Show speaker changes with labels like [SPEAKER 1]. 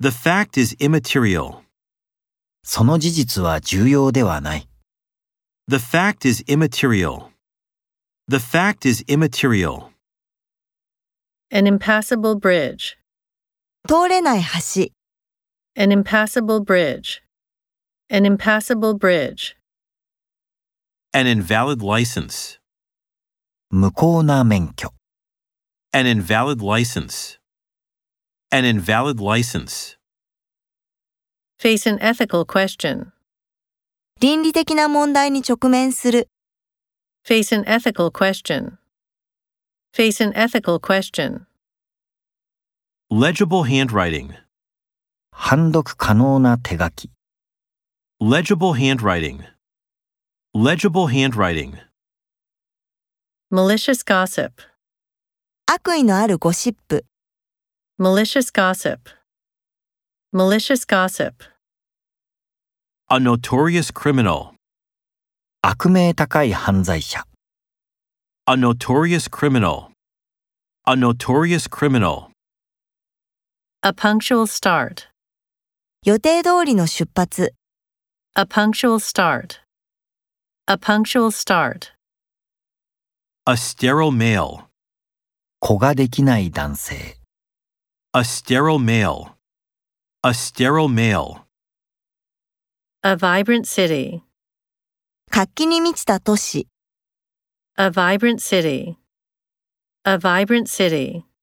[SPEAKER 1] The fact is immaterial.
[SPEAKER 2] その事実は重要ではない。
[SPEAKER 1] The fact is immaterial. The fact is immaterial.
[SPEAKER 3] An impassable bridge.
[SPEAKER 4] 通れない橋、
[SPEAKER 3] An impassable bridge. An impassable bridge.
[SPEAKER 1] An invalid license.
[SPEAKER 2] 無効な免許。
[SPEAKER 1] An invalid license. An invalid license.
[SPEAKER 3] Face an ethical question.
[SPEAKER 4] 倫理的な問題に直面する、
[SPEAKER 3] Face an ethical question. Face an ethical question.
[SPEAKER 1] Legible handwriting.
[SPEAKER 2] 判読可能な手書き。
[SPEAKER 1] Legible handwriting. Legible handwriting.
[SPEAKER 3] Malicious gossip.
[SPEAKER 4] 悪意のあるゴシップ、
[SPEAKER 3] Malicious gossip. Malicious gossip.
[SPEAKER 1] A notorious criminal.
[SPEAKER 2] 悪名高い犯罪者。
[SPEAKER 1] A notorious criminal. A notorious criminal.
[SPEAKER 3] A punctual start.
[SPEAKER 4] 予定通りの出発、
[SPEAKER 3] A punctual start. A punctual start.
[SPEAKER 1] A sterile male.
[SPEAKER 2] 子ができない男性。
[SPEAKER 1] A sterile male. A sterile male.
[SPEAKER 3] A vibrant city.
[SPEAKER 4] 活気に満ちた都市。
[SPEAKER 3] A vibrant city. A vibrant city.